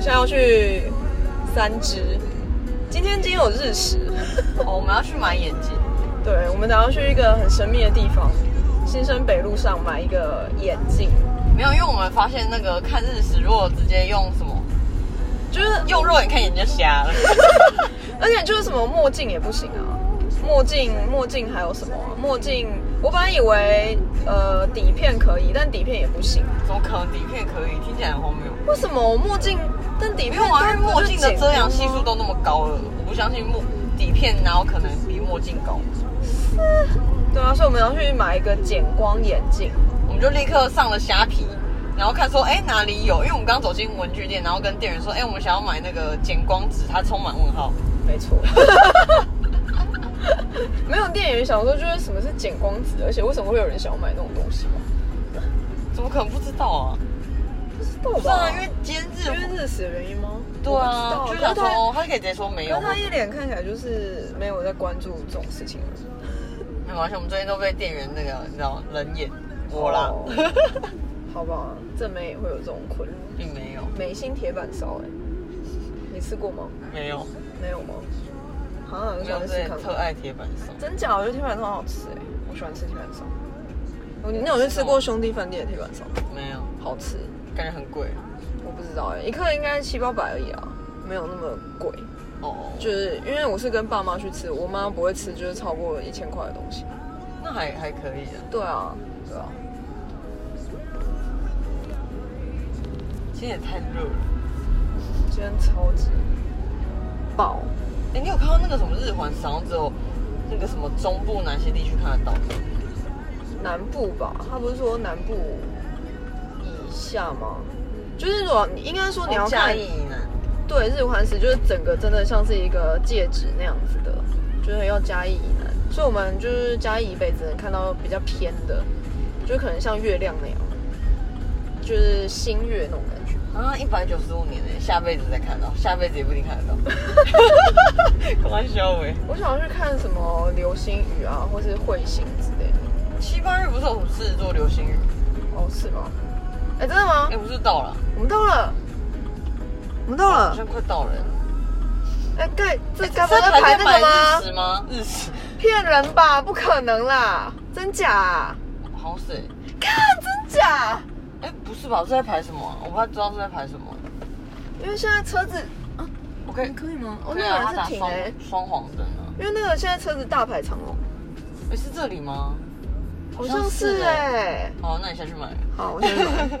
现在要去三只。今天今天有日食， 哦，我们要去买眼镜，对，我们等下去一个很神秘的地方，新生北路上买一个眼镜，没有，因为我们发现那个看日食，如果直接用什么，就是用肉眼看眼睛就 瞎了。而且就是什么墨镜也不行啊，墨镜墨镜还有什么啊、墨镜？我本来以为呃底片可以，但底片也不行。怎么可能底片可以？听起来很荒谬。为什么墨镜？但底没片有啊，因为当然墨不是镜的简遮阳单系吗数都那么高了，我不相信墨底片哪有可能比墨镜高。对啊，所以我们要去买一个减光眼镜。我们就立刻上了虾皮，然后看说，哎，哪里有？因为我们刚走进文具店，然后跟店员说，哎，我们想要买那个减光纸，它充满问号。没 错。没有店员想说，就是什么是减光纸，而且为什么会有人想要买那种东西吗？怎么可能不知道啊？不知道不是啊，吧？因为今天因日为日死的原因吗？对啊，我不知就想道。可是他说他可以直接说没可有是，他一脸看起来就是没有在关注这种事情的人。没关系，我们最近都被店员那个你知道冷眼我啦， 哦好吧，正妹也会有这种困扰。 并没有美心铁板烧，哎，你吃过吗？没有没有吗？啊，我没想有去之试前看特看。爱铁板烧，真假？我觉得铁板烧很好吃哎、我喜欢吃铁板烧。我嗯你有去吃过兄弟饭店的铁板烧吗？没有好吃，感觉很贵我不知道哎、一克应该七八百而已啊，没有那么贵。哦，就是因为我是跟爸妈去吃，我妈不会吃就是超过一千块的东西。那还还可以啊，对啊，对啊，今天也太热了。今天超级爆。哎、你有看到那个什么日环烧只有那个什么中部哪些地区看得到？南部吧，他不是说南部以下吗？就是说，应该说你要哦嘉看义以南，对，日环食就是整个真的像是一个戒指那样子的，就是要嘉义以南，所以我们就是嘉义以北只能看到比较偏的，就可能像月亮那样，就是星月那种感觉。啊，一百九十五年呢、下辈子再看到，下辈子也不一定看得到。 开玩笑喂，我想要去看什么流星雨啊，或是彗星之类的。七八日不是有狮子座流星雨？哦，是吗？哎，真的吗哎、？不是到了，我们到了，我们到好了。像快到了。哎，该这该不是这在排那个日吗？食吗？日食，骗人吧，不可能啦，真假啊？ 好像是欸。看，真假？啊哎、不是吧？我是在排什么啊、我不太知道是在排什么。因为现在车子我可以，可以吗？哦，可以那啊，个他还打是停双哎、双黄灯啊。因为那个现在车子大排长龙，哎、是这里吗？好像是好像是欸哎、好，那你下去买。 好，我先去买。